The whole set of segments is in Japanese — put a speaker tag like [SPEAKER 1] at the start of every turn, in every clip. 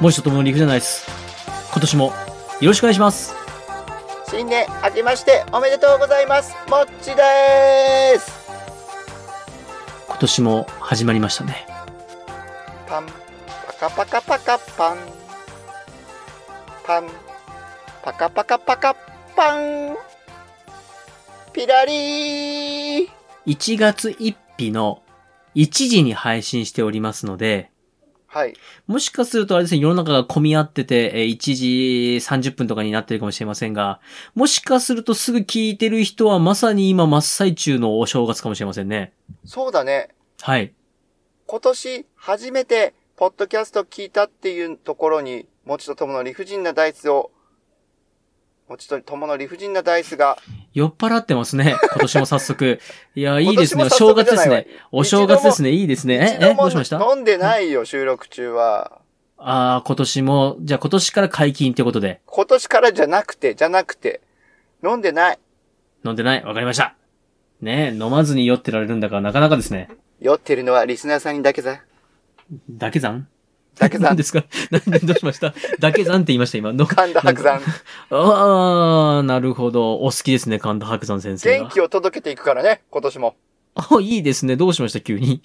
[SPEAKER 1] もしとともの陸じゃないです。今年もよろしくお願いします。
[SPEAKER 2] 新年明けましておめでとうございますもっちです
[SPEAKER 1] 今年も始まりましたね。
[SPEAKER 2] パンパカパカパカパンパンパカパカパカパンピラリー
[SPEAKER 1] 1月1日の1時に配信しておりますので、
[SPEAKER 2] はい
[SPEAKER 1] もしかするとあれですね、世の中が混み合ってて、えー1時30分とかになってるかもしれませんが、もしかするとすぐ聞いてる人はまさに今真っ最中のお正月かもしれませんね。
[SPEAKER 2] そうだね
[SPEAKER 1] はい。
[SPEAKER 2] 今年初めてポッドキャスト聞いたっていうところにもちとともの理不尽なダイスをもちとともの理不尽なダイスが
[SPEAKER 1] 酔っ払ってますね。今年も早速。いや、いいですね。お
[SPEAKER 2] 今年
[SPEAKER 1] 正
[SPEAKER 2] も早速
[SPEAKER 1] 月
[SPEAKER 2] じ
[SPEAKER 1] で
[SPEAKER 2] ゃな
[SPEAKER 1] す
[SPEAKER 2] いわ
[SPEAKER 1] ね。お正月ですね。いいですね。え、え、
[SPEAKER 2] 一度
[SPEAKER 1] ど
[SPEAKER 2] も
[SPEAKER 1] うしましたあ
[SPEAKER 2] 飲んでないよ収録中は
[SPEAKER 1] あー、今年も、じゃあ今年から解禁ってことで、
[SPEAKER 2] 今年からじゃなくて、じゃなくて、飲んでない。
[SPEAKER 1] 飲んでない。わかりました。ねえ、飲まずに酔ってられるんだからなかなかですね。
[SPEAKER 2] 酔ってるのはリスナーさんにだけ さ。
[SPEAKER 1] だけ算
[SPEAKER 2] だけさ
[SPEAKER 1] 何
[SPEAKER 2] ん
[SPEAKER 1] で。すか 何どうしましただけ算って言いました、今。の
[SPEAKER 2] 神田白 山。
[SPEAKER 1] ああ、なるほど。お好きですね、神田伯山先生が。
[SPEAKER 2] 元気を届けていくからね、今年も。
[SPEAKER 1] あ、いいですね。どうしました、急に。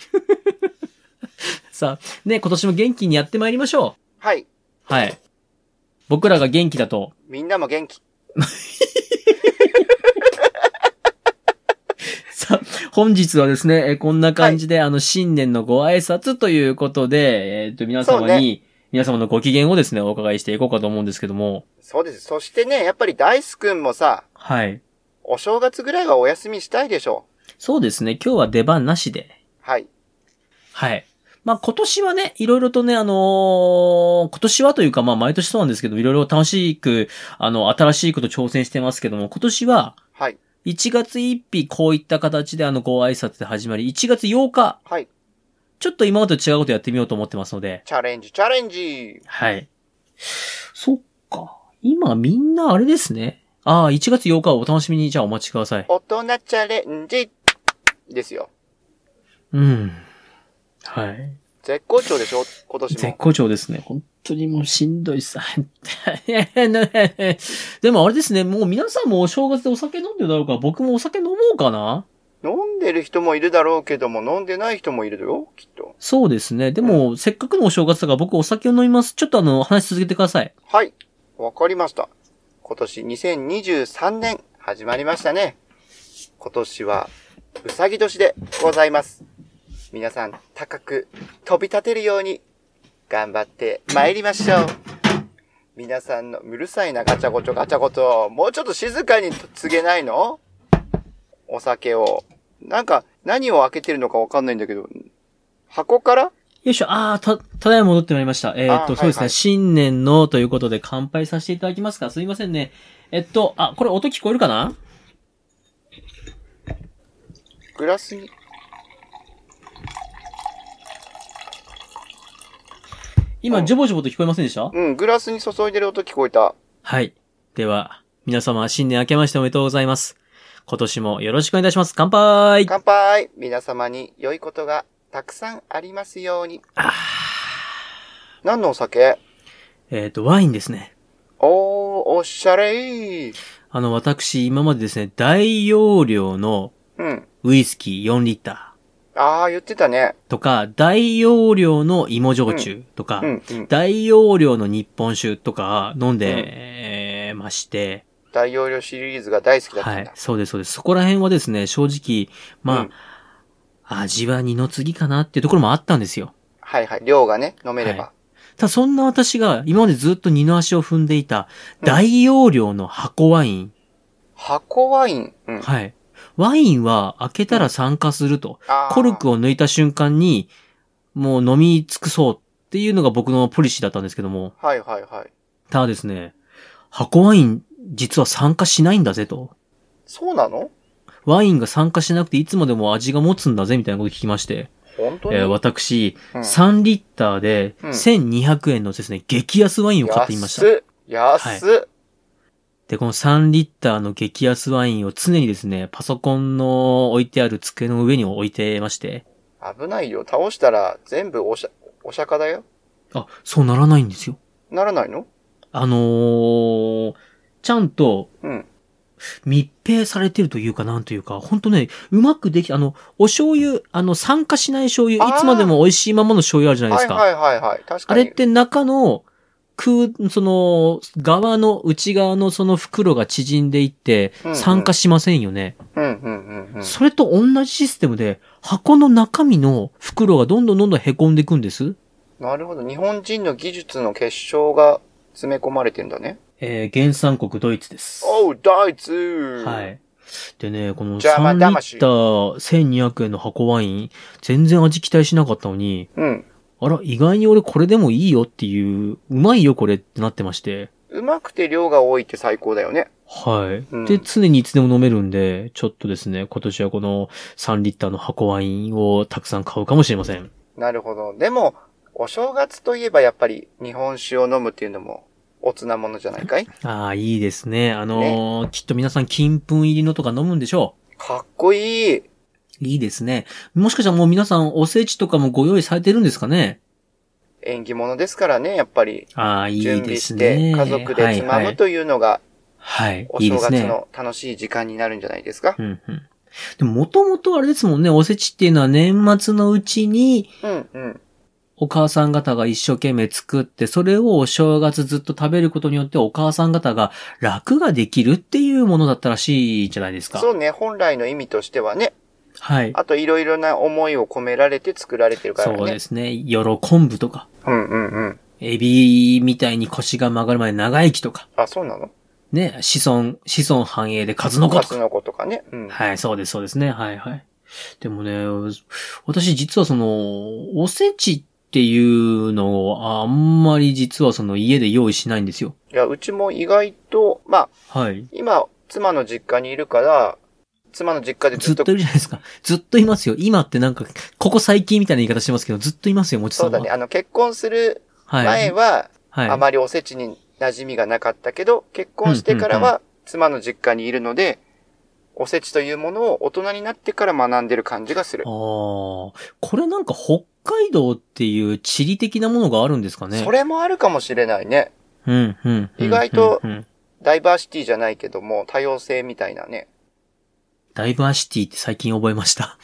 [SPEAKER 1] さあ、ね、今年も元気にやってまいりましょ
[SPEAKER 2] はい。
[SPEAKER 1] う。はい。僕らが元気だと、
[SPEAKER 2] みんなも元気。
[SPEAKER 1] さあ、本日はですね、えこんな感じで、あの、新年のご挨拶ということで、えっ、と、皆
[SPEAKER 2] そ
[SPEAKER 1] 様
[SPEAKER 2] う
[SPEAKER 1] に、
[SPEAKER 2] ね
[SPEAKER 1] 皆様のご機嫌をですね、お伺いしていこうかと思うんですけども、
[SPEAKER 2] そうです。そしてね、やっぱりダイスくんもさ、
[SPEAKER 1] はい。
[SPEAKER 2] お正月ぐらいはお休みしたいでしょ
[SPEAKER 1] そうですね、今日は出番なしで、
[SPEAKER 2] う。はい。
[SPEAKER 1] はい。まあ今年はね、いろいろとね、あのー今年はというか、まあ毎年そうなんですけど、いろいろ楽しく、あの、新しいこと挑戦してますけども、今年は、
[SPEAKER 2] はい。
[SPEAKER 1] 1月1日こういった形であのご挨拶で始まり、1月8日、
[SPEAKER 2] はい。
[SPEAKER 1] ちょっと今までと違うことやってみようと思ってますので、
[SPEAKER 2] チャレンジ、チャレンジ。
[SPEAKER 1] はい。そっか。今みんなあれですね。ああ、1月8日はお楽しみに、じゃあお待ちください。
[SPEAKER 2] 大人チャレンジ。ですよ。
[SPEAKER 1] うん。はい。
[SPEAKER 2] 絶好調でしょ今年
[SPEAKER 1] 絶
[SPEAKER 2] も。
[SPEAKER 1] 好調ですね。本当にもうしんどいさ。 でもあれですね、もう皆さんもお正月でお酒飲んでるだろうから、僕もお酒飲もうかな
[SPEAKER 2] 飲んでる人もいるだろうけども、飲んでない人もいるよ、きっと。
[SPEAKER 1] そうですね。でも、せっかくのお正月だから僕お酒を飲みます。ちょっとあの、話続けてください。
[SPEAKER 2] はい。わかりました。今年2023年始まりましたね。今年はうさぎ年でございます。皆さん高く飛び立てるように頑張って参りましょう。皆さんのうるさいなガチャゴチャガチャゴチャもうちょっと静かに告げないのお酒を。なんか何を開けてるのかわかんないんだけど、箱から
[SPEAKER 1] よいしょ、あー、た、ただいま戻ってまいりました。えーっと、
[SPEAKER 2] あー
[SPEAKER 1] そうですね、
[SPEAKER 2] はいはい
[SPEAKER 1] 新年のということで乾杯させていただきますか。すいませんね。えっと、あ、これ音聞こえるかな
[SPEAKER 2] グラスに。う
[SPEAKER 1] 今、
[SPEAKER 2] ん
[SPEAKER 1] ジョボジョボと聞こえませんでした、
[SPEAKER 2] うん、グラスに注いでる音聞こえた。
[SPEAKER 1] はい。では、皆様、新年明けましておめでとうございます。今年もよろしくお願いいたします。乾杯
[SPEAKER 2] 乾杯皆様に良いことがたくさんありますように。何のお酒
[SPEAKER 1] えっ、と、ワインですね。
[SPEAKER 2] おー、おしゃれー。
[SPEAKER 1] あの、私、今までですね、大容量の
[SPEAKER 2] うん。
[SPEAKER 1] ウイスキー4リッタ
[SPEAKER 2] あー、言ってたね。
[SPEAKER 1] ーとか、大容量の芋焼酎とか、
[SPEAKER 2] うん、うん。
[SPEAKER 1] 大容量の日本酒とか飲んで、
[SPEAKER 2] うん
[SPEAKER 1] えーまして、
[SPEAKER 2] 大容量シリーズが大好きだったん
[SPEAKER 1] は
[SPEAKER 2] だ。
[SPEAKER 1] い、そうです、そうです。そこら辺はですね、正直、まあ、
[SPEAKER 2] うん
[SPEAKER 1] 味は二の次かなっていうところもあったんですよ。
[SPEAKER 2] はいはい。量がね、飲めれば。
[SPEAKER 1] はただそんな私が今までずっと二の足を踏んでいた大容量の箱ワイン。
[SPEAKER 2] 箱ワイン。うん。
[SPEAKER 1] はい。ワインは開けたら酸化すると。
[SPEAKER 2] あー
[SPEAKER 1] コルクを抜いた瞬間にもう飲み尽くそうっていうのが僕のポリシーだったんですけども。
[SPEAKER 2] はいはいはい。
[SPEAKER 1] ただですね、箱ワイン実は酸化しないんだぜと。
[SPEAKER 2] そうなの
[SPEAKER 1] ワインが酸化しなくていつまでも味が持つんだぜみたいなことを聞きまして。
[SPEAKER 2] 本当に、
[SPEAKER 1] えー私、
[SPEAKER 2] うん
[SPEAKER 1] 3リッターで
[SPEAKER 2] うん
[SPEAKER 1] 1200円のですね、激安ワインを買ってみました。
[SPEAKER 2] 安っ。安っ。
[SPEAKER 1] で、この3リッターの激安ワインを常にですね、パソコンの置いてある机の上に置いてまして、
[SPEAKER 2] 危ないよ。倒したら全部おしゃ、お釈迦だよ。
[SPEAKER 1] あ、そうならないんですよ。
[SPEAKER 2] ならないの
[SPEAKER 1] あのー、ちゃんと
[SPEAKER 2] うん。
[SPEAKER 1] 密閉されてるというか、なんというか、ほんとね、うまくできた、あの、お醤油、あの、酸化しない醤油、
[SPEAKER 2] あー
[SPEAKER 1] いつまでも美味しいままの醤油あるじゃないで
[SPEAKER 2] は
[SPEAKER 1] す
[SPEAKER 2] い
[SPEAKER 1] か。
[SPEAKER 2] はいはいはい。確
[SPEAKER 1] あ
[SPEAKER 2] かに。
[SPEAKER 1] れって中の、空、その、側の、内側のその袋が縮んでいって
[SPEAKER 2] うんう、ん
[SPEAKER 1] 酸化しませんよね。
[SPEAKER 2] うんうんうんうん。
[SPEAKER 1] それと同じシステムで、箱の中身の袋がどんどんどんどん凹んでいくんです。
[SPEAKER 2] なるほど。日本人の技術の結晶が詰め込まれてんだね。
[SPEAKER 1] えー、原産国ドイツです。
[SPEAKER 2] おう、ドイツ
[SPEAKER 1] はい。。でね、この
[SPEAKER 2] ジャーマ
[SPEAKER 1] 3
[SPEAKER 2] ン
[SPEAKER 1] リ
[SPEAKER 2] 魂
[SPEAKER 1] ッター1200円の箱ワイン、全然味期待しなかったのに、
[SPEAKER 2] うん。
[SPEAKER 1] あら、意外に俺これでもいいよっていう、うまいよこれってなってまして。
[SPEAKER 2] うまくて量が多いって最高だよね。
[SPEAKER 1] はい。
[SPEAKER 2] うん
[SPEAKER 1] で、常にいつでも飲めるんで、ちょっとですね、今年はこの3リッターの箱ワインをたくさん買うかもしれません。
[SPEAKER 2] なるほど。でも、お正月といえばやっぱり日本酒を飲むっていうのも、おつなものじゃないかい
[SPEAKER 1] ああ、いいですね。あのーきっと皆さん金粉入りのとか飲むんでしょ
[SPEAKER 2] かっこいい。
[SPEAKER 1] う。いいですね。もしかしたらもう皆さんおせちとかもご用意されてるんですかね
[SPEAKER 2] 縁起物ですからね、やっぱり。
[SPEAKER 1] ああ、いいで
[SPEAKER 2] 準備
[SPEAKER 1] す
[SPEAKER 2] して、
[SPEAKER 1] ね。
[SPEAKER 2] 家族でつま
[SPEAKER 1] はいは
[SPEAKER 2] む
[SPEAKER 1] い
[SPEAKER 2] というのが、
[SPEAKER 1] はい。
[SPEAKER 2] お
[SPEAKER 1] いいで
[SPEAKER 2] 正
[SPEAKER 1] す
[SPEAKER 2] 月
[SPEAKER 1] ね。
[SPEAKER 2] の楽しい時間になるんじゃないですか
[SPEAKER 1] う。んうん。でも、もともとあれですもんね、おせちっていうのは年末のうちに、
[SPEAKER 2] うん、うん。
[SPEAKER 1] お母さん方が一生懸命作って、それをお正月ずっと食べることによってお母さん方が楽ができるっていうものだったらしいじゃないですか。
[SPEAKER 2] そうね、本来の意味としてはね、
[SPEAKER 1] はい。
[SPEAKER 2] あといろいろな思いを込められて作られてるからね。
[SPEAKER 1] そうですね。喜んぶとか、
[SPEAKER 2] うんうんうん。
[SPEAKER 1] エビみたいに腰が曲がるまで長生きとか、
[SPEAKER 2] あ、そうなの
[SPEAKER 1] ね、子孫、子孫繁栄で数の子とか
[SPEAKER 2] 数。の子とかね。うん。
[SPEAKER 1] はい、そうです、そうですね。はい、はい。でもね、私実はその、おせちっていうのをあんまり実はその家で用意しないんですよ。
[SPEAKER 2] いや、うちも意外と、まあ、
[SPEAKER 1] はい。
[SPEAKER 2] 今、妻の実家にいるから、妻の実家でず
[SPEAKER 1] ず
[SPEAKER 2] っ
[SPEAKER 1] っ
[SPEAKER 2] と、
[SPEAKER 1] といるじゃないですか。ずっといますよ。今ってなんか、ここ最近みたいな言い方してますけど、ずっといますよ、もちさ
[SPEAKER 2] そうん
[SPEAKER 1] は。
[SPEAKER 2] だね、あの、結婚する
[SPEAKER 1] は
[SPEAKER 2] 前
[SPEAKER 1] い。
[SPEAKER 2] は、
[SPEAKER 1] はい。
[SPEAKER 2] あまりおせちに馴染みがなかったけど、結婚してから
[SPEAKER 1] うん
[SPEAKER 2] は、妻の実家にいるので、おせちというものを大人になってから学んでる感じがする
[SPEAKER 1] あ。ーこれなんか北海道っていう地理的なものがあるんですかね。
[SPEAKER 2] それもあるかもしれないね。
[SPEAKER 1] うん、うん。うん
[SPEAKER 2] 意外と
[SPEAKER 1] うんうん
[SPEAKER 2] ダイバーシティじゃないけども、多様性みたいなね。
[SPEAKER 1] ダイバーシティって最近覚えました。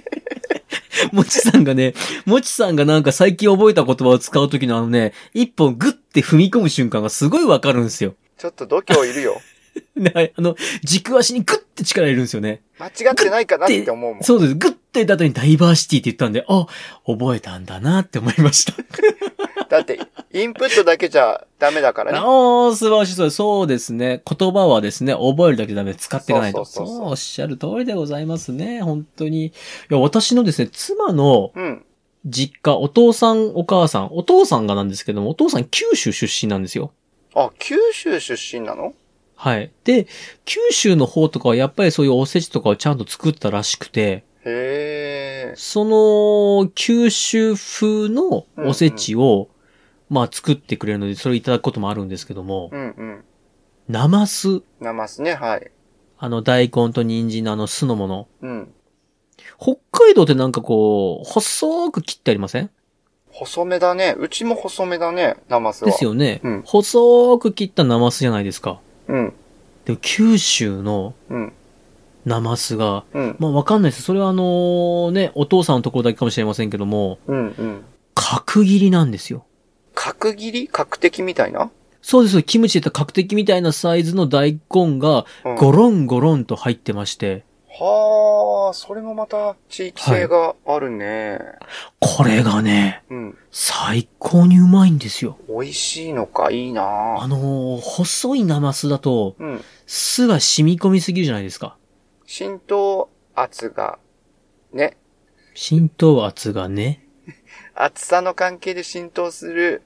[SPEAKER 1] もちさんがね、もちさんがなんか最近覚えた言葉を使うときのあのね、一本グッて踏み込む瞬間がすごいわかるんですよ。
[SPEAKER 2] ちょっと度胸いるよ。
[SPEAKER 1] ねあの、軸足にグッて力入れるんですよね。
[SPEAKER 2] 間違ってないかなって思うもん。
[SPEAKER 1] そうです。グッて言った後にダイバーシティって言ったんで、あ、覚えたんだなって思いま した。
[SPEAKER 2] だって、インプットだけじゃダメだからね。
[SPEAKER 1] おー、素晴らしい。そうそうですね。言葉はですね、覚えるだけじゃダメで使っていかないと。
[SPEAKER 2] そ
[SPEAKER 1] そうう
[SPEAKER 2] そうそうそう
[SPEAKER 1] おっしゃる通りでございますね。本当に。いや、私のですね、妻の、
[SPEAKER 2] うん。
[SPEAKER 1] 実家、お父さん、お母さん、お父さんがなんですけども、お父さん九州出身なんですよ。
[SPEAKER 2] あ、九州出身なの
[SPEAKER 1] はい。で、九州の方とかはやっぱりそういうおせちとかをちゃんと作ったらしくて、
[SPEAKER 2] へえ。
[SPEAKER 1] その、九州風のおせちを、まあ作ってくれるので、それをいただくこともあるんですけども、
[SPEAKER 2] うんうん。
[SPEAKER 1] ナマス、
[SPEAKER 2] なますね、はい。
[SPEAKER 1] あの大根と人参のあの酢のもの。
[SPEAKER 2] うん。
[SPEAKER 1] 北海道ってなんかこう、細く切ってありません
[SPEAKER 2] 細めだね。うちも細めだね、なますは。
[SPEAKER 1] ですよね。
[SPEAKER 2] うん
[SPEAKER 1] 細く切ったナマスじゃないですか。
[SPEAKER 2] うん。
[SPEAKER 1] でも九州の
[SPEAKER 2] うん。
[SPEAKER 1] ナマスが、
[SPEAKER 2] うん。
[SPEAKER 1] まあ、わかんないです。それはあのね、お父さんのところだけかもしれませんけども、
[SPEAKER 2] うん。うん。
[SPEAKER 1] 角切りなんですよ。
[SPEAKER 2] 角切り角的みたいな
[SPEAKER 1] そうです。キムチで言ったら角的みたいなサイズの大根が、
[SPEAKER 2] うん。
[SPEAKER 1] ゴロンゴロンと入ってまして、
[SPEAKER 2] はあ、それもまた地域性があるね。
[SPEAKER 1] これがね、
[SPEAKER 2] うん。
[SPEAKER 1] 最高にうまいんですよ。
[SPEAKER 2] 美味しいのか、いいな
[SPEAKER 1] あのー細いナマスだと、
[SPEAKER 2] うん。
[SPEAKER 1] 酢が染み込みすぎるじゃないですか。
[SPEAKER 2] 浸透圧が、ね、
[SPEAKER 1] 浸透圧がね、
[SPEAKER 2] 厚さの関係で浸透する、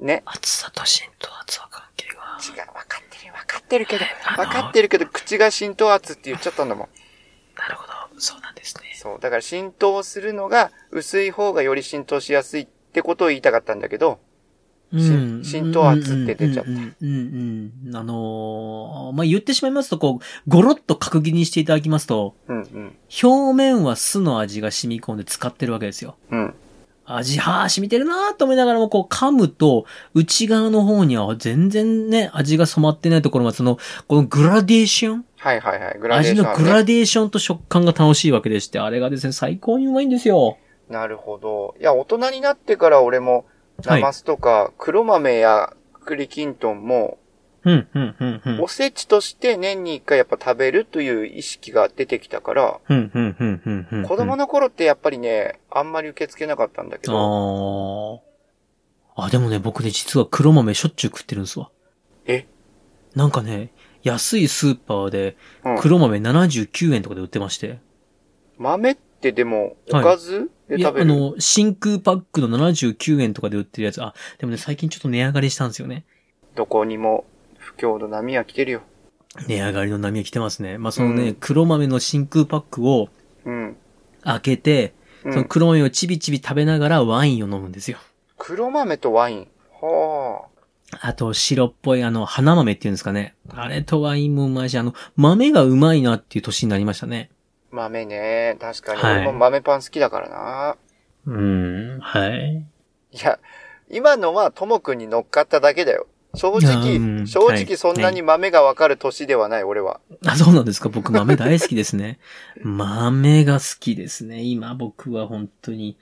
[SPEAKER 2] ね、
[SPEAKER 1] 厚さと浸透圧は関係が。
[SPEAKER 2] 違う、分かってるよ、分かってるけど、
[SPEAKER 1] の
[SPEAKER 2] 分かってるけど、口が浸透圧って言っちゃったんだもん。
[SPEAKER 1] なるほど。そうなんですね。
[SPEAKER 2] そう、だから浸透するのが、薄い方がより浸透しやすいってことを言いたかったんだけど、
[SPEAKER 1] うん
[SPEAKER 2] し浸透圧って出ちゃった
[SPEAKER 1] うんうんうんうんうん。あのーまあ、言ってしまいますと、こう、ゴロッと角切りにしていただきますと、
[SPEAKER 2] うんうん、
[SPEAKER 1] 表面は酢の味が染み込んで使ってるわけですよ。
[SPEAKER 2] うん、
[SPEAKER 1] 味、はーしみてるなーと思いながらも、こう噛むと、内側の方には全然ね、味が染まってないところまで、その、このグラデーション
[SPEAKER 2] はいはいはい。グラデー
[SPEAKER 1] 味
[SPEAKER 2] ション
[SPEAKER 1] の
[SPEAKER 2] ある
[SPEAKER 1] グ
[SPEAKER 2] ね、
[SPEAKER 1] ラデーションと食感が楽しいわけでして、あれがですね、最高にうまいんですよ。
[SPEAKER 2] なるほど。いや、大人になってから俺も、
[SPEAKER 1] は
[SPEAKER 2] ナ
[SPEAKER 1] い
[SPEAKER 2] マスとか、黒豆や栗きんとんも、
[SPEAKER 1] うん、うん、うん、うん。
[SPEAKER 2] おせちとして年に一回やっぱ食べるという意識が出てきたから、
[SPEAKER 1] うん、うん、うん、うん、うん。
[SPEAKER 2] 子供の頃ってやっぱりね、あんまり受け付けなかったんだけど、
[SPEAKER 1] ああ。あ、でもね、僕ね、実は黒豆しょっちゅう食ってるんですわ。
[SPEAKER 2] え
[SPEAKER 1] なんかね、安いスーパーで
[SPEAKER 2] うん、
[SPEAKER 1] 黒豆79円とかで売ってまして。
[SPEAKER 2] 豆ってでも、お
[SPEAKER 1] はい
[SPEAKER 2] かずで
[SPEAKER 1] いや、
[SPEAKER 2] 食べ
[SPEAKER 1] あ
[SPEAKER 2] る、
[SPEAKER 1] の、真空パックの79円とかで売ってるやつ。あ、でもね、最近ちょっと値上がりしたんですよね。
[SPEAKER 2] どこにも不況の波は来てるよ。
[SPEAKER 1] 値上がりの波が来てますね。まあ、そのね、
[SPEAKER 2] うん
[SPEAKER 1] 黒豆の真空パックを
[SPEAKER 2] うん。
[SPEAKER 1] 開けて、
[SPEAKER 2] う
[SPEAKER 1] その
[SPEAKER 2] ん、
[SPEAKER 1] 黒豆をちびちび食べながらワインを飲むんですよ。
[SPEAKER 2] 黒豆とワイン。は
[SPEAKER 1] あと、白っぽい、あの、花豆っていうんですかね。あれとワインもうまいし、あの、豆がうまいなっていう年になりましたね。
[SPEAKER 2] あ。豆ね。確かに。
[SPEAKER 1] はい
[SPEAKER 2] 俺も豆パン好きだからな。
[SPEAKER 1] うーん、はい。
[SPEAKER 2] いや、今のはともくんに乗っかっただけだよ。正
[SPEAKER 1] いやう
[SPEAKER 2] 直、
[SPEAKER 1] ん
[SPEAKER 2] 正
[SPEAKER 1] は
[SPEAKER 2] 直
[SPEAKER 1] い
[SPEAKER 2] そんなに豆がわかる年ではない、俺は。
[SPEAKER 1] あ、そうなんですか僕豆大好きですね。 豆が好きですね。今僕は本当に。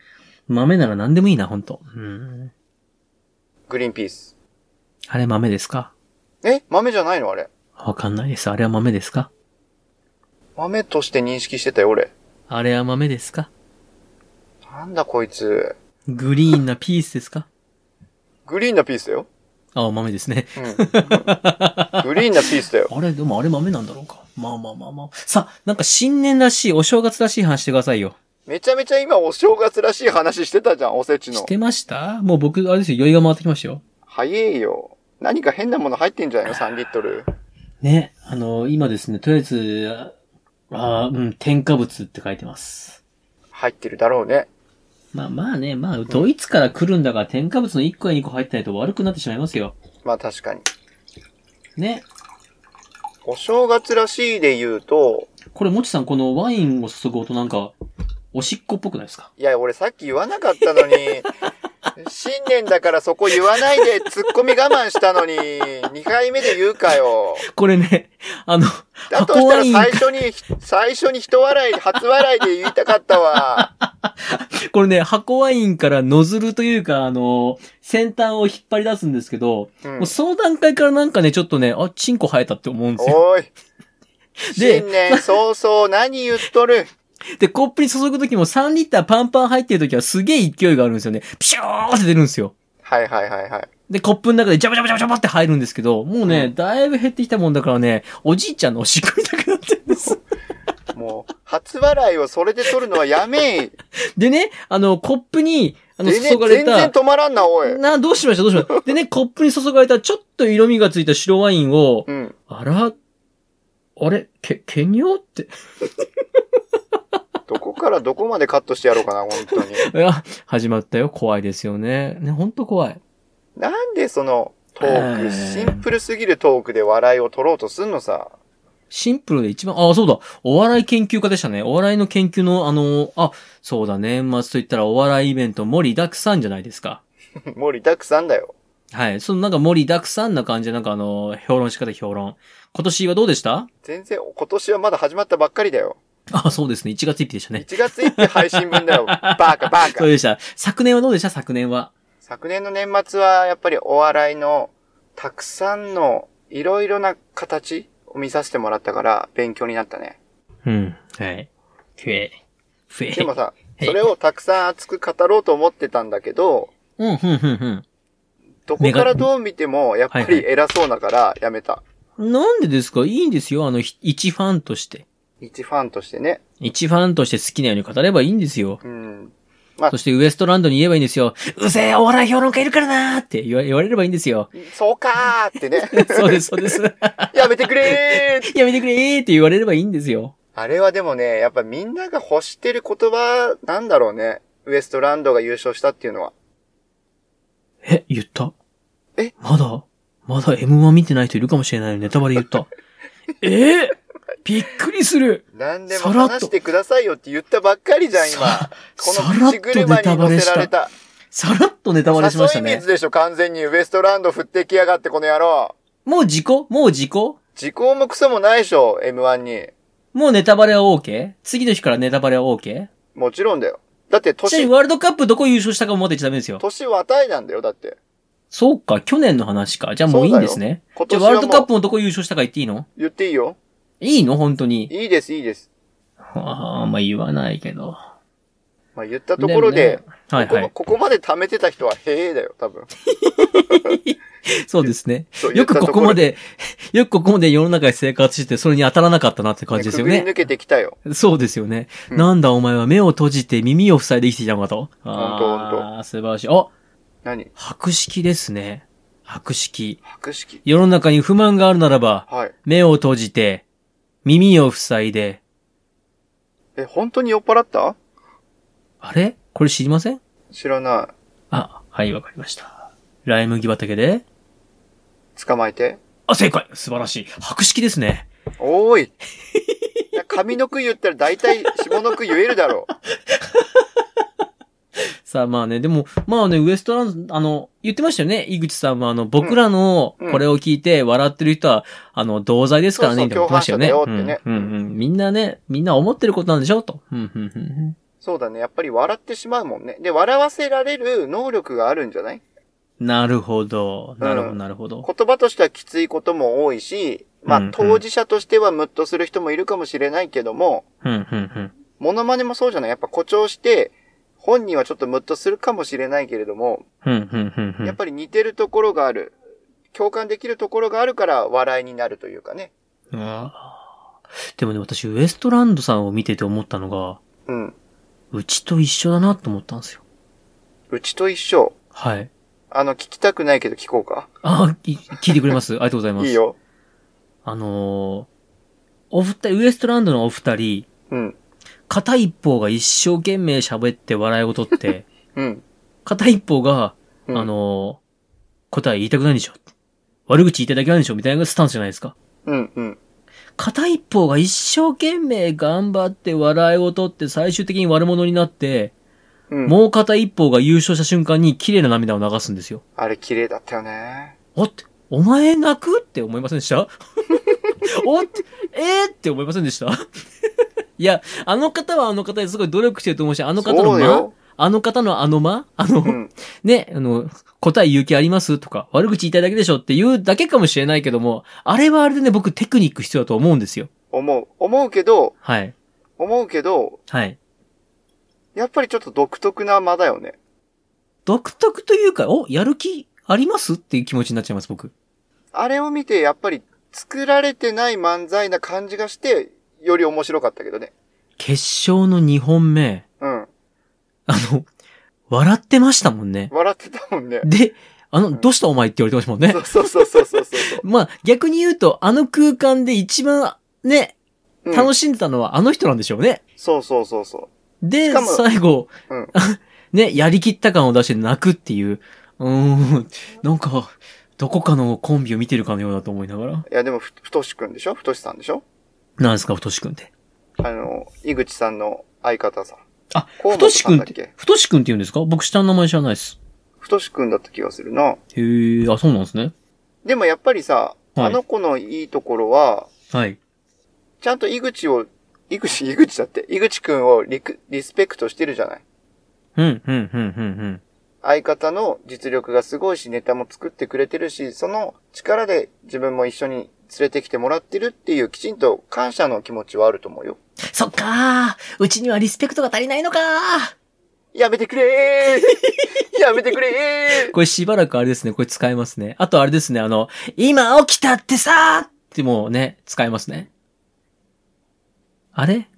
[SPEAKER 1] 豆なら何でもいいな、本当うん。
[SPEAKER 2] グリーンピース。
[SPEAKER 1] あれ豆ですか
[SPEAKER 2] え豆じゃないのあれ。
[SPEAKER 1] わかんないです。あれは豆ですか
[SPEAKER 2] 豆として認識してたよ、俺。
[SPEAKER 1] あれは豆ですか
[SPEAKER 2] なんだこいつ。
[SPEAKER 1] グリーンなピースですか
[SPEAKER 2] グリーンなピースだよ。
[SPEAKER 1] あ、豆ですね。
[SPEAKER 2] うん。グリーンなピースだよ。
[SPEAKER 1] あれ、でもあれ豆なんだろうか。まあまあまあまあ。さあ、なんか新年らしい、お正月らしい話してくださいよ。
[SPEAKER 2] めちゃめちゃ今お正月らしい話してたじゃん、おせち
[SPEAKER 1] し
[SPEAKER 2] の。
[SPEAKER 1] てましたもう僕、あれですよ、酔いが回ってきましたよ。
[SPEAKER 2] 早えよ。何か変なもの入ってんじゃないの ?3 リットル。
[SPEAKER 1] ね、あの、今ですね、とりあえず、あーうん、添加物って書いてます。
[SPEAKER 2] 入ってるだろうね。
[SPEAKER 1] まあまあね、まあ、ドイツから来るんだから添加物の1個や2個入ってないと悪くなってしまいますよ。
[SPEAKER 2] まあ確かに。
[SPEAKER 1] ね。
[SPEAKER 2] お正月らしいで言うと、
[SPEAKER 1] これ、もちさん、このワインを注ぐ音なんか、おしっこっぽくないですか
[SPEAKER 2] いや、俺さっき言わなかった のに、新年だからそこ言わないで突っ込み我慢したのに、2回目で言うかよ。
[SPEAKER 1] これね、あの、
[SPEAKER 2] だと
[SPEAKER 1] 箱
[SPEAKER 2] し
[SPEAKER 1] ワ
[SPEAKER 2] たら
[SPEAKER 1] イン、
[SPEAKER 2] 最初に、最初に人笑い、初笑いで言いたかっ たわ。
[SPEAKER 1] これね、箱ワインからノズルというか、あの、先端を引っ張り出すんですけど、
[SPEAKER 2] うん
[SPEAKER 1] もうその段階からなんかね、ちょっとね、あ、チンコ生えたって思うんですよ。
[SPEAKER 2] おい。
[SPEAKER 1] で
[SPEAKER 2] 新年早々何言っとる
[SPEAKER 1] で、コップに注ぐときも3リッターパンパン入ってるときはすげえ勢いがあるんですよね。ピシューって出るんですよ。
[SPEAKER 2] はいはいはいはい。
[SPEAKER 1] で、コップの中でジャバジャバジャバジャバって入るんですけど、もうね、だいぶ減ってきたもんだからね、おじいちゃんのおしっこみたくなってるんです。
[SPEAKER 2] もう、初笑いをそれで取るのはやめい。
[SPEAKER 1] でね、あの、コップに、あの、
[SPEAKER 2] 全
[SPEAKER 1] 注
[SPEAKER 2] 然、
[SPEAKER 1] がれ
[SPEAKER 2] 全然
[SPEAKER 1] た、
[SPEAKER 2] 止まらんな、おい。
[SPEAKER 1] な、どうしましたどうしましたでね、コップに注がれたちょっと色味がついた白ワインを、
[SPEAKER 2] うん。
[SPEAKER 1] あら、あれ、け、けにょって。
[SPEAKER 2] どこからどこまでカットしてやろうかな、本当に。
[SPEAKER 1] いや、始まったよ。怖いですよね。ね、ほんと怖い。
[SPEAKER 2] なんでそのトー
[SPEAKER 1] え
[SPEAKER 2] ク、
[SPEAKER 1] ー
[SPEAKER 2] シンプルすぎるトークで笑いを取ろうとすんのさ。
[SPEAKER 1] シンプルで一番、あそうだ。お笑い研究家でしたね。お笑いの研究の、あの、あ、そうだね。年末と言ったらお笑いイベント盛りだくさんじゃないですか。
[SPEAKER 2] 盛りだくさんだよ。
[SPEAKER 1] はい。そのなんか盛りだくさんな感じで、なんかあの、評論し方評論。今年はどうでした
[SPEAKER 2] 全然、今年はまだ始まったばっかりだよ。
[SPEAKER 1] あ、そうですね。1月1日でしたね。
[SPEAKER 2] 1月1日配信分だよ。バカバ
[SPEAKER 1] そう
[SPEAKER 2] カ。
[SPEAKER 1] でした。昨年はどうでした昨年は。
[SPEAKER 2] 昨年の年末はやっぱりお笑いのたくさんのいろいろな形を見させてもらったから勉強になったね。
[SPEAKER 1] うん。はい。ふえ。ふえ。
[SPEAKER 2] でもさ、
[SPEAKER 1] へい
[SPEAKER 2] それをたくさん熱く語ろうと思ってたんだけど、
[SPEAKER 1] うん、うん、うん、
[SPEAKER 2] どこからどう見てもやっぱ
[SPEAKER 1] はい
[SPEAKER 2] り偉そうだからやめた。
[SPEAKER 1] うん。なんでですかいいんですよ。あの、ひ一ファンとして。
[SPEAKER 2] 一ファンとしてね。
[SPEAKER 1] 一ファンとして好きなように語ればいいんですよ。
[SPEAKER 2] うん。
[SPEAKER 1] そしてウエストランドに言えばいいんですよ。うぜえ、お笑い評論家いるからなーって言わ言われればいいんです よ。
[SPEAKER 2] そうかーってね。
[SPEAKER 1] そうです、そうです。
[SPEAKER 2] やめてくれー
[SPEAKER 1] やめてくれーって言われればいいんですよ。
[SPEAKER 2] あれはでもね、やっぱみんなが欲してる言葉なんだろうね。ウエストランドが優勝したっていうのは。
[SPEAKER 1] え、言った
[SPEAKER 2] え
[SPEAKER 1] まだ、まだ M1 見てない人いるかもしれないのにネタバレ言った。えーびっくりする
[SPEAKER 2] 何でも
[SPEAKER 1] さらっと
[SPEAKER 2] 話してくださいよって言ったばっかりじゃん、今
[SPEAKER 1] さ。
[SPEAKER 2] こ
[SPEAKER 1] さ
[SPEAKER 2] の
[SPEAKER 1] らっ
[SPEAKER 2] 口
[SPEAKER 1] と
[SPEAKER 2] 車
[SPEAKER 1] ネ
[SPEAKER 2] に
[SPEAKER 1] タバ
[SPEAKER 2] 乗
[SPEAKER 1] レ
[SPEAKER 2] せ
[SPEAKER 1] し
[SPEAKER 2] られ
[SPEAKER 1] た。
[SPEAKER 2] た。
[SPEAKER 1] さらっとネタバレしました
[SPEAKER 2] 誘い
[SPEAKER 1] ね
[SPEAKER 2] 水。でしょ、完全に。ウエストランド振ってきやがって、この野郎。
[SPEAKER 1] もう事故もう事故
[SPEAKER 2] 時効もクソもないでしょ、M1 に。
[SPEAKER 1] もうネタバレは OK? 次の日からネタバレは OK?
[SPEAKER 2] もちろんだよ。だって
[SPEAKER 1] ちなみ
[SPEAKER 2] 年
[SPEAKER 1] に、ワールドカップどこ優勝したかもまだ言っちゃダメですよ。
[SPEAKER 2] 年はたいなんだよ、だって。
[SPEAKER 1] そうか、去年の話か。じゃあもういいんですね。
[SPEAKER 2] 今
[SPEAKER 1] じゃあ
[SPEAKER 2] 年
[SPEAKER 1] ワ
[SPEAKER 2] は
[SPEAKER 1] ー
[SPEAKER 2] も
[SPEAKER 1] ル
[SPEAKER 2] う
[SPEAKER 1] ドカップもどこ優勝したか言っていいの
[SPEAKER 2] 言っていいよ。
[SPEAKER 1] いいの本当に。
[SPEAKER 2] いいです、いいです。
[SPEAKER 1] ああ、まあ言わないけど。
[SPEAKER 2] まあ、言ったところで、
[SPEAKER 1] もねはい
[SPEAKER 2] ここ
[SPEAKER 1] は
[SPEAKER 2] ま
[SPEAKER 1] い。
[SPEAKER 2] ここまで貯めてた人は、へえだよ、多分。
[SPEAKER 1] そうですね
[SPEAKER 2] そう。言
[SPEAKER 1] よ
[SPEAKER 2] った
[SPEAKER 1] く
[SPEAKER 2] とこ
[SPEAKER 1] こ
[SPEAKER 2] ろ
[SPEAKER 1] こまで、よくここまで世の中で生活してそれに当たらなかったなって感じですよ
[SPEAKER 2] くぐり
[SPEAKER 1] ね。
[SPEAKER 2] 抜けてきたよ。
[SPEAKER 1] そうですよね。
[SPEAKER 2] うん
[SPEAKER 1] なんだお前は目を閉じて耳を塞いで生きてきたのかと。
[SPEAKER 2] ほんと
[SPEAKER 1] ああ、素晴らしい。あ、
[SPEAKER 2] 何
[SPEAKER 1] 白色ですね。白色。
[SPEAKER 2] 白式
[SPEAKER 1] 世の中に不満があるならば、
[SPEAKER 2] はい。
[SPEAKER 1] 目を閉じて、耳を塞いで、
[SPEAKER 2] え、本当に酔っ払った
[SPEAKER 1] あれこれ知りません
[SPEAKER 2] 知らな
[SPEAKER 1] あ、はい、わかりました。ライ麦畑で、
[SPEAKER 2] い。捕まえて。
[SPEAKER 1] あ、正解素晴らしい。白色ですね。
[SPEAKER 2] おーい。いや上の句言ったら大体下の句言えるだろ
[SPEAKER 1] さあまあね、でも、まあね、ウエストランド、あの、言ってましたよね。井口さんもあの、僕らの
[SPEAKER 2] うん
[SPEAKER 1] これを聞いて笑ってる人は、あの、同罪ですからね、
[SPEAKER 2] そうそう
[SPEAKER 1] みたいなこと言ってましたよね。
[SPEAKER 2] 共犯者だよって
[SPEAKER 1] うん、
[SPEAKER 2] ね
[SPEAKER 1] うん、うん。みんなね、みんな思ってることなんでしょうと。うん、うん、うんうん。
[SPEAKER 2] う。そうだね。やっぱり笑ってしまうもんね。で、笑わせられる能力があるんじゃない
[SPEAKER 1] なるほど。なるほ
[SPEAKER 2] う
[SPEAKER 1] ど、
[SPEAKER 2] ん
[SPEAKER 1] なるほど。
[SPEAKER 2] 言葉としてはきついことも多いし、ま
[SPEAKER 1] う
[SPEAKER 2] あ
[SPEAKER 1] んうん
[SPEAKER 2] 当事者としてはムッとする人もいるかもしれないけども、
[SPEAKER 1] うん、うん、うん。
[SPEAKER 2] モノマネもそうじゃないやっぱ誇張して、本人はちょっとムッとするかもしれないけれども、
[SPEAKER 1] うん、うん、うん、う
[SPEAKER 2] やっ
[SPEAKER 1] ん。
[SPEAKER 2] ぱり似てるところがある。共感できるところがあるから笑いになるというかね。
[SPEAKER 1] うわぁでもね、私、ウエストランドさんを見てて思ったのが、
[SPEAKER 2] うん。
[SPEAKER 1] うちと一緒だなと思ったんですよ。
[SPEAKER 2] うちと一緒。
[SPEAKER 1] はい。
[SPEAKER 2] あの、聞きたくないけど聞こうか。
[SPEAKER 1] あ、い聞いてくれますありがとうございます。
[SPEAKER 2] いいよ。
[SPEAKER 1] あのーお二人、ウエストランドのお二人、
[SPEAKER 2] うん。
[SPEAKER 1] 片一方が一生懸命喋って笑い事 って、
[SPEAKER 2] うん。
[SPEAKER 1] 片一方が、あ
[SPEAKER 2] う
[SPEAKER 1] の
[SPEAKER 2] ん
[SPEAKER 1] ー答え言いたくないんでしょって悪口言いただけないんでしょみたいなスタンスじゃないですか。
[SPEAKER 2] うん、うん。
[SPEAKER 1] 片一方が一生懸命頑張って笑い事って最終的に悪者になって、
[SPEAKER 2] うん。
[SPEAKER 1] もう片一方が優勝した瞬間に綺麗な涙を流すんですよ。
[SPEAKER 2] あれ綺麗だったよね。
[SPEAKER 1] おって、お前泣くって思いませんでした おって、えー、って思いませんでしたいや、あの方はあの方ですごい努力してると思うし、あの方の
[SPEAKER 2] そう
[SPEAKER 1] 間
[SPEAKER 2] よ。
[SPEAKER 1] あの方のあの間あの、
[SPEAKER 2] うん。
[SPEAKER 1] ね、あの、答え勇気ありますとか、悪口言いたいだけでしょっていうだけかもしれないけども、あれはあれでね、僕テクニック必要だと思うんですよ。
[SPEAKER 2] 思う。思うけど、
[SPEAKER 1] はい。
[SPEAKER 2] 思うけど、
[SPEAKER 1] はい。
[SPEAKER 2] やっぱりちょっと独特な間だよね。
[SPEAKER 1] 独特というか、お、やる気ありますっていう気持ちになっちゃいます、僕。
[SPEAKER 2] あれを見て、やっぱり作られてない漫才な感じがして、より面白かったけどね。
[SPEAKER 1] 決勝の2本目、
[SPEAKER 2] うん。
[SPEAKER 1] あの、笑ってましたもんね。
[SPEAKER 2] 笑ってたもんね。
[SPEAKER 1] で、あ
[SPEAKER 2] う
[SPEAKER 1] の、
[SPEAKER 2] ん
[SPEAKER 1] どうしたお前って言われてましたもんね
[SPEAKER 2] そ。うそうそうそうそうそう。
[SPEAKER 1] まあ、逆に言うと、あの空間で一番、ね、
[SPEAKER 2] うん
[SPEAKER 1] 楽しんでたのはあの人なんでしょうね。
[SPEAKER 2] そうそうそうそ
[SPEAKER 1] で
[SPEAKER 2] しかも、
[SPEAKER 1] 最後、
[SPEAKER 2] うん
[SPEAKER 1] ね、やりきった感を出して泣くっていう、うーん、なんか、どこかのコンビを見てるかのようだと思いながら。
[SPEAKER 2] う。いや、でも、ふ、ふとしくんでしょふとしさんでしょ
[SPEAKER 1] なんですか、ふとしくんって。
[SPEAKER 2] あの、井口さんの相方さ。
[SPEAKER 1] あ、
[SPEAKER 2] 河
[SPEAKER 1] ふと
[SPEAKER 2] 本
[SPEAKER 1] し
[SPEAKER 2] さ
[SPEAKER 1] く
[SPEAKER 2] ん
[SPEAKER 1] ん
[SPEAKER 2] だ
[SPEAKER 1] っ
[SPEAKER 2] っけ
[SPEAKER 1] て、ふとしくんって言うんですか僕下の名前知らないです。
[SPEAKER 2] ふとしくんだった気がするな。
[SPEAKER 1] へえ、あ、そうなんですね。
[SPEAKER 2] でもやっぱりさ、
[SPEAKER 1] はい
[SPEAKER 2] あの子のいいところは、
[SPEAKER 1] はい。
[SPEAKER 2] ちゃんと井口を、井口、 井口だって、井口くんをリクリスペクトしてるじゃない。
[SPEAKER 1] うん、うん、うん、うん、うん。
[SPEAKER 2] 相方の実力がすごいし、ネタも作ってくれてるし、その力で自分も一緒に連れてきてもらってるっていう、きちんと感謝の気持ちはあると思うよ。
[SPEAKER 1] そっかー、うちにはリスペクトが足りないのかー。
[SPEAKER 2] やめてくれ ーやめてくれー
[SPEAKER 1] これしばらくあれですね、これ使えますね。あとあれですね、あの、今起きたってさーってもうね、使えますね。あれ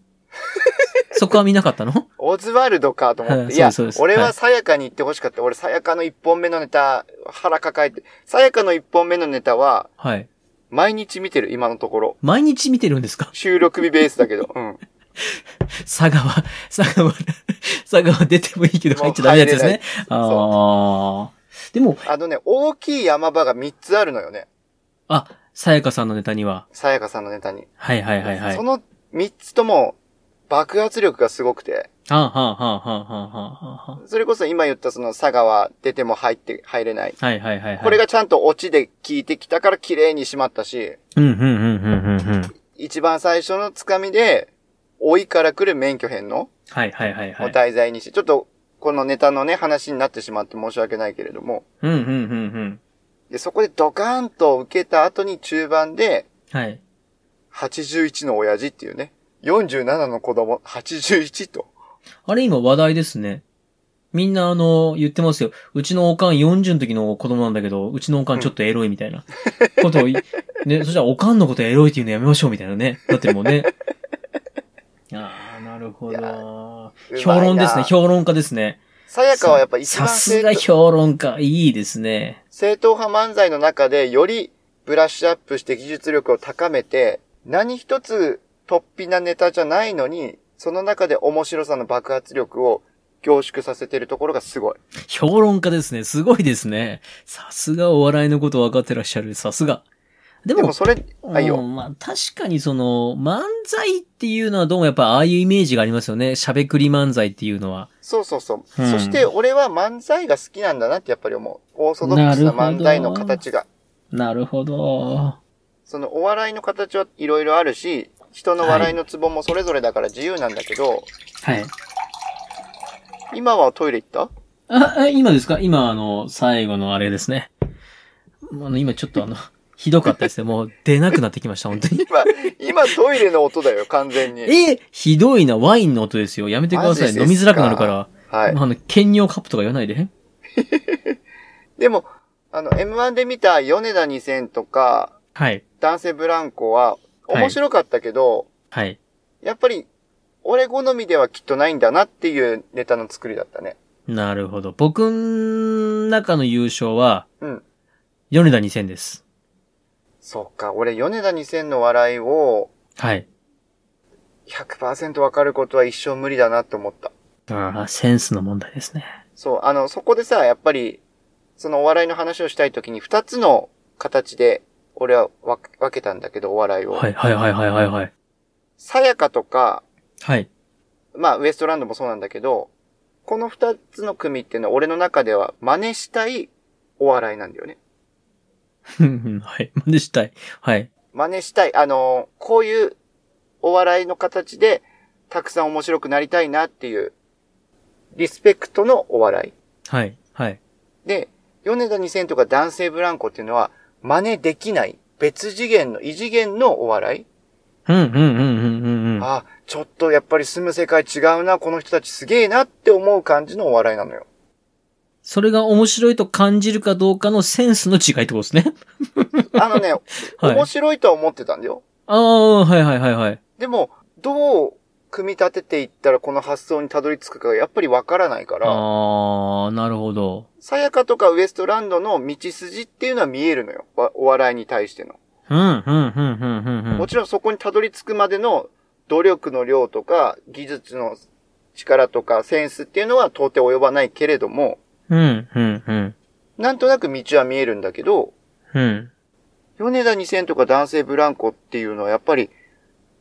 [SPEAKER 1] そこは見なかったの
[SPEAKER 2] オズワルドかと思っ
[SPEAKER 1] は
[SPEAKER 2] て。
[SPEAKER 1] い
[SPEAKER 2] いや
[SPEAKER 1] そうです、そうです
[SPEAKER 2] 俺
[SPEAKER 1] は
[SPEAKER 2] はいさやかに言ってほしかった。俺さやかの一本目のネタ、腹抱えて。さやかの一本目のネタは、
[SPEAKER 1] はい。
[SPEAKER 2] 毎日見てる、今のところ。
[SPEAKER 1] 毎日見てるんですか
[SPEAKER 2] 収録日ベースだけど。うん。
[SPEAKER 1] 佐川、佐川、佐川出てもいいけど入っちゃダメなやつですね。ああ。でも、
[SPEAKER 2] あのね、大きい山場が3つあるのよね。
[SPEAKER 1] あ、さやかさんのネタには。
[SPEAKER 2] さやかさんのネタに。
[SPEAKER 1] はいはいはいはい。
[SPEAKER 2] そ
[SPEAKER 1] は
[SPEAKER 2] の3つとも爆発力がすごくて、
[SPEAKER 1] あ、はあはあはあはあはあは
[SPEAKER 2] それこそ今言ったその佐川出ても入って、入れない。
[SPEAKER 1] あ。はいはいはいはい。
[SPEAKER 2] これがちゃんとオチで効いてきたから綺麗に締まったし、
[SPEAKER 1] うんうんうんうんうんうん。
[SPEAKER 2] 一番最初のつかみで、老いから来る免許編の
[SPEAKER 1] はいはいはい
[SPEAKER 2] を
[SPEAKER 1] はい。
[SPEAKER 2] 題材にして、ちょっとこのネタのね、話になってしまって申し訳ないけれども、
[SPEAKER 1] うんうんうんうん。
[SPEAKER 2] でそこでドカーンと受けた後に中盤で、
[SPEAKER 1] はい。
[SPEAKER 2] 81の親父っていうね、47の子供、81と。
[SPEAKER 1] あれ今話題ですね。みんなあの、言ってますよ。うちのおかん40の時の子供なんだけど、うちのおかんちょっとエロいみたい なことをい、ね、そしたらおかんのことエロいっていうのやめましょうみたいなね。だってもう ね。ああ、なるほ
[SPEAKER 2] いや
[SPEAKER 1] ど。
[SPEAKER 2] う
[SPEAKER 1] 評
[SPEAKER 2] まいな
[SPEAKER 1] 論ですね。評論家ですね。
[SPEAKER 2] さやかはやっぱ一
[SPEAKER 1] さ
[SPEAKER 2] 番
[SPEAKER 1] さす
[SPEAKER 2] 正
[SPEAKER 1] が
[SPEAKER 2] 統
[SPEAKER 1] 評論家。いいですね。
[SPEAKER 2] 正統派漫才の中でよりブラッシュアップして技術力を高めて、何一つ突飛なネタじゃないのに、その中で面白さの爆発力を凝縮させてるところがすごい。
[SPEAKER 1] 評論家ですね。すごいですね。さすがお笑いのこと分かってらっしゃる。さすが。で
[SPEAKER 2] で
[SPEAKER 1] も
[SPEAKER 2] も、それ、あ、いいよ。
[SPEAKER 1] うんまあ確かにその、漫才っていうのはどうもやっぱああいうイメージがありますよね。喋くり漫才っていうのは。
[SPEAKER 2] そうそうそう。
[SPEAKER 1] うん
[SPEAKER 2] そして俺は漫才が好きなんだなってやっぱり思う。オーソドックスな漫才の形が。
[SPEAKER 1] なるほど。
[SPEAKER 2] そのお笑いの形はいろいろあるし、人の笑いのツボもそれぞれだから自由なんだけど、
[SPEAKER 1] はい。
[SPEAKER 2] 今はトイレ行った
[SPEAKER 1] あ、あ今ですか今あの、最後のあれですね。もうあの、今ちょっとあの、 ひどかったですね。もう出なくなってきました、本 当に。
[SPEAKER 2] 今、今トイレの音だよ、完全に。
[SPEAKER 1] えひどいな、ワインの音ですよ。やめてくださ
[SPEAKER 2] マ
[SPEAKER 1] い。
[SPEAKER 2] ジですか
[SPEAKER 1] 飲みづらくなるから。
[SPEAKER 2] はい
[SPEAKER 1] ま。ああの、兼尿カップとか言わないで。
[SPEAKER 2] でも、あの、M1 で見た米田2000とか、
[SPEAKER 1] はい。
[SPEAKER 2] 男性ブランコは、
[SPEAKER 1] はい
[SPEAKER 2] 面白かったけど、
[SPEAKER 1] はい。
[SPEAKER 2] やっぱり、俺好みではきっとないんだなっていうネタの作りだったね。
[SPEAKER 1] なるほど。僕ん中の優勝は、
[SPEAKER 2] うん。
[SPEAKER 1] 米田2000です。
[SPEAKER 2] そうか、俺米田2000の笑いを
[SPEAKER 1] はい。
[SPEAKER 2] 100%わかることは一生無理だなと思った。
[SPEAKER 1] ああ、センスの問題ですね。
[SPEAKER 2] そう、あの、そこでさ、やっぱり、そのお笑いの話をしたいときに二つの形で、俺は分け分けたんだけど、お笑いを。
[SPEAKER 1] はい、はい、はい、はい、はい、はい。
[SPEAKER 2] さやかとか、
[SPEAKER 1] はい。
[SPEAKER 2] まあ、ウエストランドもそうなんだけど、この二つの組っていうのは俺の中では真似したいお笑いなんだよね。
[SPEAKER 1] はい。真似したい。はい。
[SPEAKER 2] 真似したい。あのーこういうお笑いの形で、たくさん面白くなりたいなっていう、リスペクトのお笑
[SPEAKER 1] はい。はい。
[SPEAKER 2] い。で、米田2000とか男性ブランコっていうのは、真似できない、別次元の、異次元のお笑い。
[SPEAKER 1] うん、うん、うん、うん、うん。うん
[SPEAKER 2] あ、ちょっとやっぱり住む世界違うな、この人たちすげえなって思う感じのお笑いなのよ。
[SPEAKER 1] それが面白いと感じるかどうかのセンスの違いってことですね。
[SPEAKER 2] あのね、
[SPEAKER 1] はい
[SPEAKER 2] 面。白いとは思ってたんだよ。
[SPEAKER 1] ああ、はい、はい、はい、はい。
[SPEAKER 2] でも、どう組み立てていったらこの発想にたどり着くかがやっぱりわからないから、
[SPEAKER 1] ああ、なるほど。
[SPEAKER 2] さやかとかウエストランドの道筋っていうのは見えるのよ。わお笑いに対しての。
[SPEAKER 1] うん、うん、うん、うん、うん、う
[SPEAKER 2] も
[SPEAKER 1] ん。
[SPEAKER 2] ちろんそこにたどり着くまでの努力の量とか、技術の力とかセンスっていうのは到底及ばないけれども、
[SPEAKER 1] うん、うん、うん。
[SPEAKER 2] なんとなく道は見えるんだけど、
[SPEAKER 1] うん。
[SPEAKER 2] 米田2000とか男性ブランコっていうのはやっぱり、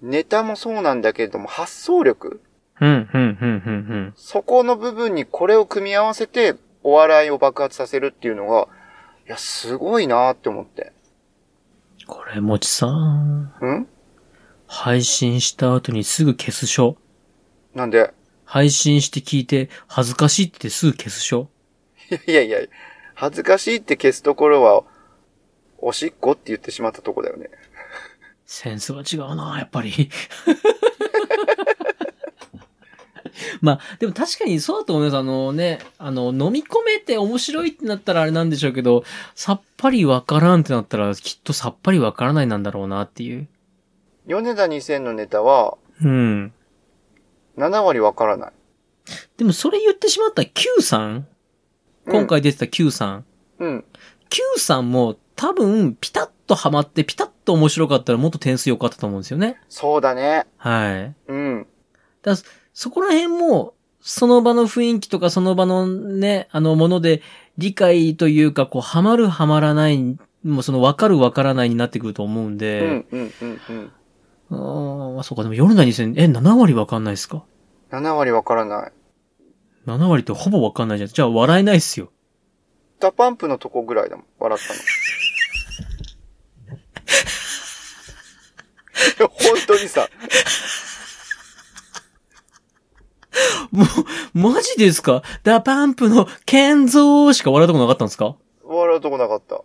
[SPEAKER 2] ネタもそうなんだけれども、発想力
[SPEAKER 1] うん、うん、うん、うん、
[SPEAKER 2] そこの部分にこれを組み合わせて、お笑いを爆発させるっていうのが、いや、すごいなって思って。
[SPEAKER 1] これ、もちさん。
[SPEAKER 2] ん
[SPEAKER 1] 配信した後にすぐ消す書。
[SPEAKER 2] なんで、
[SPEAKER 1] 配信して聞いて、恥ずかしいってすぐ消す書。
[SPEAKER 2] いやいやいや、恥ずかしいって消すところは、おしっこって言ってしまったとこだよね。
[SPEAKER 1] センスが違うな、やっぱり。 まあ、でも確かにそうだと思います。あのね、あの、飲み込めて面白いってなったらあれなんでしょうけど、さっぱりわからんってなったら、きっとさっぱりわからないなんだろうなっていう。
[SPEAKER 2] 米田2000のネタは、
[SPEAKER 1] うん。
[SPEAKER 2] 7割わからない。
[SPEAKER 1] でもそれ言ってしまったら Q さん今回出てた Q さん。
[SPEAKER 2] うん。うん。
[SPEAKER 1] Q さんも多分、ピタッとハマって、ピタッと面白かったらもっと点数良かったと思うんですよね。
[SPEAKER 2] そうだね。
[SPEAKER 1] はい。
[SPEAKER 2] うん。
[SPEAKER 1] だからそこら辺も、その場の雰囲気とかその場のね、あのもので理解というか、こう、ハマるハマらないもうその分かる分からないになってくると思うん
[SPEAKER 2] う
[SPEAKER 1] で、
[SPEAKER 2] んうんうんうん。
[SPEAKER 1] うーん、あそうか、でも夜な2000、え、7割分かんないですか
[SPEAKER 2] 7割わからない。
[SPEAKER 1] ?7 割ってほぼ分かんないじゃん。じゃあ笑えないっすよ。
[SPEAKER 2] ダパンプのとこぐらいだもん、笑っ たの。本当にさ、
[SPEAKER 1] もう、マジですかダパンプの健造しか笑うとこなかったんですか
[SPEAKER 2] 笑うとこなかった。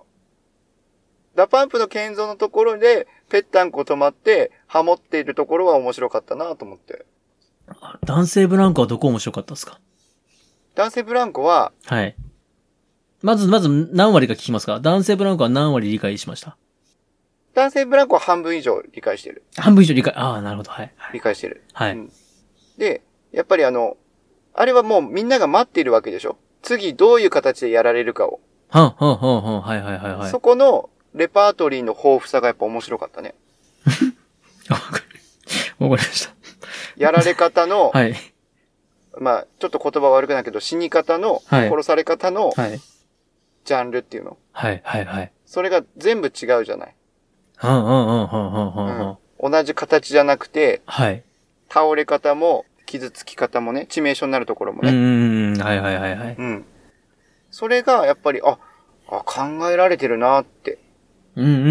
[SPEAKER 2] ダパンプの建造のところで、ぺったんこ止まって、ハモっているところは面白かったなと思って。
[SPEAKER 1] 男性ブランコはどこ面白かったですか
[SPEAKER 2] 男性ブランコは、
[SPEAKER 1] はい。まず、まず何割か聞きますか男性ブランコは何割理解しました
[SPEAKER 2] 男性ブランコは半分以上理解してる。
[SPEAKER 1] 半分以上理解。ああ、なるほど。はい。
[SPEAKER 2] 理解してる。
[SPEAKER 1] は
[SPEAKER 2] う
[SPEAKER 1] い。
[SPEAKER 2] んで、やっぱりあの、あれはもうみんなが待っているわけでしょ次どういう形でやられるかを。
[SPEAKER 1] はん、はん、はん、はん。はい、はい、はい、はい。
[SPEAKER 2] そこのレパートリーの豊富さがやっぱ面白かったね。
[SPEAKER 1] あわかりわかりました。
[SPEAKER 2] やられ方の、
[SPEAKER 1] はい。
[SPEAKER 2] まあ、ちょっと言葉悪くないけど、死に方の、
[SPEAKER 1] はい
[SPEAKER 2] 殺され方の
[SPEAKER 1] はい。
[SPEAKER 2] ジャンルっていうの。
[SPEAKER 1] はい、はい、はい。
[SPEAKER 2] それが全部違うじゃない。
[SPEAKER 1] はん、はん、はん、はん、はん、はんはん。
[SPEAKER 2] 同じ形じゃなくて、
[SPEAKER 1] はい。
[SPEAKER 2] 倒れ方も、傷つき方もね、致命傷になるところも
[SPEAKER 1] うー
[SPEAKER 2] ね。
[SPEAKER 1] ん、はい、はい、はい、はい。
[SPEAKER 2] うん。それが、やっぱり、あ、あ、考えられてるなって。
[SPEAKER 1] うん、うん、うん、うん、うん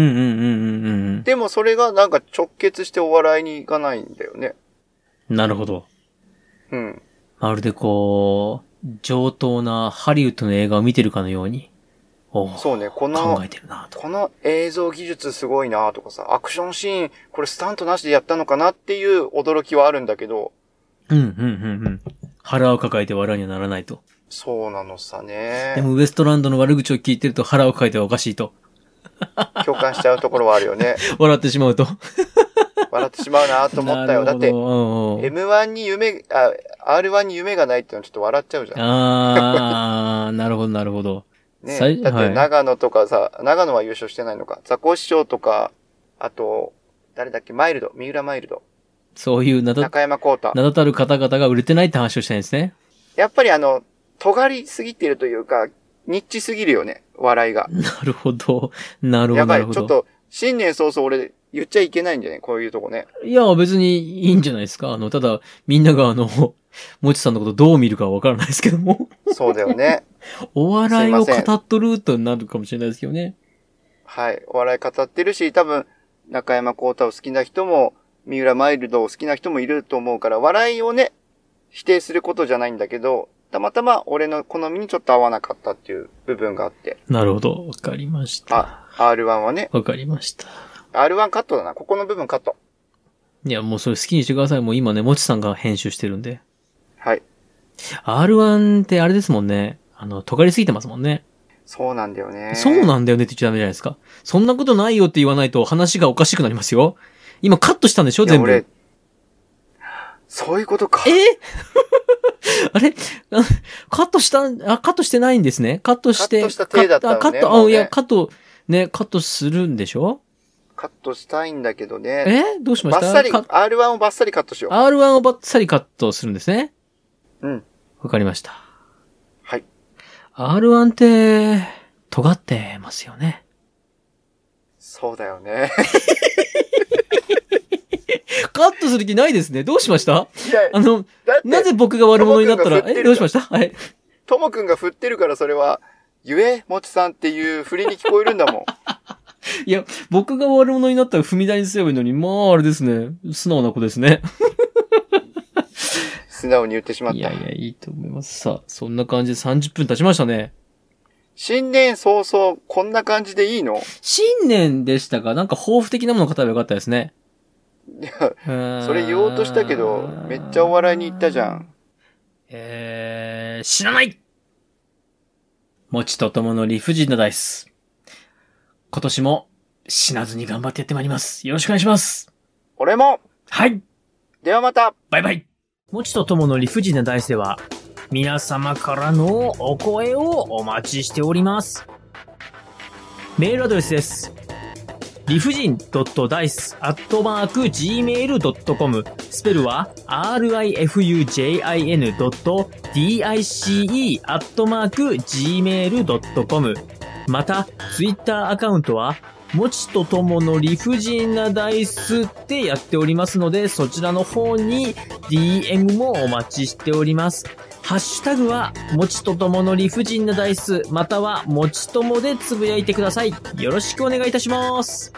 [SPEAKER 1] うん
[SPEAKER 2] でもそれがなんか直結してお笑いにいかないんだよね。
[SPEAKER 1] うん。なるほど。
[SPEAKER 2] うん。
[SPEAKER 1] まるでこう、上等なハリウッドの映画を見てるかのように、おう
[SPEAKER 2] そうね、こ
[SPEAKER 1] 考
[SPEAKER 2] の
[SPEAKER 1] え、てるなと。
[SPEAKER 2] この映像技術すごいなとかさ、アクションシーン、これスタントなしでやったのかなっていう驚きはあるんだけど、
[SPEAKER 1] うん、うん、うん、うん。腹を抱えて笑いにはならないと。
[SPEAKER 2] そうなのさ
[SPEAKER 1] で
[SPEAKER 2] ね。
[SPEAKER 1] もウエストランドの悪口を聞いてると腹を抱えてはおかしいと。
[SPEAKER 2] 共感しちゃうところはある よね。
[SPEAKER 1] 笑ってしまうと。
[SPEAKER 2] 笑ってしまうなと思ったよ。だ
[SPEAKER 1] なるほ
[SPEAKER 2] っ
[SPEAKER 1] ど
[SPEAKER 2] て、
[SPEAKER 1] うんうん
[SPEAKER 2] M1 に夢、あ、R1 に夢がないってのはちょっと笑っちゃうじゃん。
[SPEAKER 1] あー、なるほど、なるほど。
[SPEAKER 2] ね。
[SPEAKER 1] 最
[SPEAKER 2] だっ
[SPEAKER 1] は
[SPEAKER 2] て
[SPEAKER 1] い
[SPEAKER 2] 長野とかさ、長野は優勝してないのか。ザコシショウとか、あと、誰だっけ、マイルド、三浦マイルド、
[SPEAKER 1] そういう名だ、
[SPEAKER 2] 中山光太。
[SPEAKER 1] 名だたる方々が売れてないって話をしたいんですね。
[SPEAKER 2] やっぱりあの、尖りすぎてるというか、ニッチすぎるよね、笑いが。
[SPEAKER 1] なるほど。なるほど、な
[SPEAKER 2] やばい
[SPEAKER 1] る、ほ
[SPEAKER 2] ちょっ
[SPEAKER 1] ど。
[SPEAKER 2] と、新年早々俺、言っちゃいけないんじゃねこういうとこね。
[SPEAKER 1] いや、別にいいんじゃないですか。あの、ただ、みんながあの、 もちさんのことどう見るかはわからないですけども、
[SPEAKER 2] そうだよね。
[SPEAKER 1] お笑いを
[SPEAKER 2] すいません
[SPEAKER 1] 語っとるとなるかもしれないですけどね。
[SPEAKER 2] はい。お笑い語ってるし、多分、中山光太を好きな人も、三浦マイルドを好きな人もいると思うから、笑いをね、否定することじゃないんだけど、たまたま俺の好みにちょっと合わなかったっていう部分があって。
[SPEAKER 1] なるほど。わかりました。
[SPEAKER 2] あ、R1 はね、
[SPEAKER 1] わかりました。
[SPEAKER 2] R1 カットだな。ここの部分カット。
[SPEAKER 1] いや、もうそれ好きにしてください。もう今ね、もちさんが編集してるんで。
[SPEAKER 2] はい。
[SPEAKER 1] R1 ってあれですもんね。あの、尖りすぎてますもんね。
[SPEAKER 2] そうなんだよね。
[SPEAKER 1] そうなんだよねって言っちゃダメじゃないですか。そんなことないよって言わないと話がおかしくなりますよ。今カットしたんでしょ
[SPEAKER 2] いや
[SPEAKER 1] 全部。
[SPEAKER 2] 俺
[SPEAKER 1] え
[SPEAKER 2] そういうことか。
[SPEAKER 1] ー あれあカットした、あ、カットしてないんですね。カットして。
[SPEAKER 2] カットした体だったのね
[SPEAKER 1] カットあカッ
[SPEAKER 2] も
[SPEAKER 1] ト、
[SPEAKER 2] う
[SPEAKER 1] あ、い
[SPEAKER 2] ね
[SPEAKER 1] や、カット、ね、カットするんでしょ
[SPEAKER 2] カットしたいんだけどね。
[SPEAKER 1] えどうしま
[SPEAKER 2] バ
[SPEAKER 1] し
[SPEAKER 2] ッ
[SPEAKER 1] た
[SPEAKER 2] サリ、
[SPEAKER 1] カ
[SPEAKER 2] R1 をバッサリカットしよ
[SPEAKER 1] ?R1 をバッサリカットするんですね。
[SPEAKER 2] う。うん。
[SPEAKER 1] わかりました。
[SPEAKER 2] はい。
[SPEAKER 1] R1 って、尖ってますよね。
[SPEAKER 2] そうだ よね。
[SPEAKER 1] カットする気ないですね。どうしました
[SPEAKER 2] いや、
[SPEAKER 1] あの、
[SPEAKER 2] だって、
[SPEAKER 1] なぜ僕が悪者になったら
[SPEAKER 2] 友君が振っ、てる
[SPEAKER 1] え、どうしました はい。
[SPEAKER 2] ともくんが振ってるからそれは、ゆえ、もちさんっていう振りに聞こえるんだ もん。
[SPEAKER 1] いや、僕が悪者になったら踏み台にすればいいのに、まあ、あれですね。素直な子ですね。
[SPEAKER 2] 素直に言ってしまっ
[SPEAKER 1] い
[SPEAKER 2] た
[SPEAKER 1] やい。や、いいと思います。さあ、そんな感じで30分経ちましたね。
[SPEAKER 2] 新年早々、こんな感じでいいの
[SPEAKER 1] 新年でしたが、なんか抱負的なものを語ればよかったですね。
[SPEAKER 2] いや
[SPEAKER 1] そ
[SPEAKER 2] それ言おうとしたけど、めっちゃお笑いに行ったじゃん。。
[SPEAKER 1] えー、死なない持ちとともの理不尽なダイス。今年も死なずに頑張ってやってまいります。よろしくお願いします。
[SPEAKER 2] 俺も
[SPEAKER 1] はい
[SPEAKER 2] ではまた
[SPEAKER 1] バイバイもちとともの理不尽な大世は、皆様からのお声をお待ちしております。メールアドレスです。理不尽 d i c e g m a i l c o m スペルは rifujin.dice d i c e g m a i l c o m また、ツイッターアカウントは、もちとともの理不尽なダイスってやっておりますので、そちらの方に DM もお待ちしております。ハッシュタグは、もちとともの理不尽なダイス、または、もちともでつぶやいてください。よろしくお願いいたします。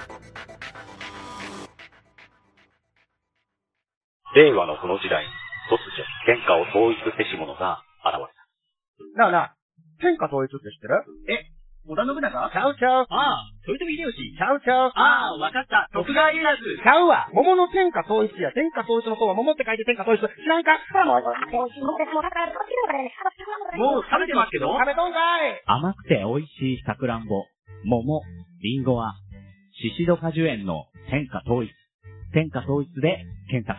[SPEAKER 3] 令和のこの時代、突如、天下を統一せし者が現れた。
[SPEAKER 4] なあなあ、天下統一って知ってる
[SPEAKER 3] 織田信長
[SPEAKER 4] ちゃうちゃう。
[SPEAKER 3] ああ、豊臣秀吉。
[SPEAKER 4] ちゃうちゃう。
[SPEAKER 3] ああ、わかった。徳川家康。
[SPEAKER 4] ちゃうわ。桃の天下統一や。天下統一の方は桃って書いて天下統一。知らんか
[SPEAKER 3] もう食べてますけど
[SPEAKER 4] 食べとんかい
[SPEAKER 5] 甘くて美味しいさくらんぼ、桃、りんごは、シシド果樹園の天下統一。天下統一で検索。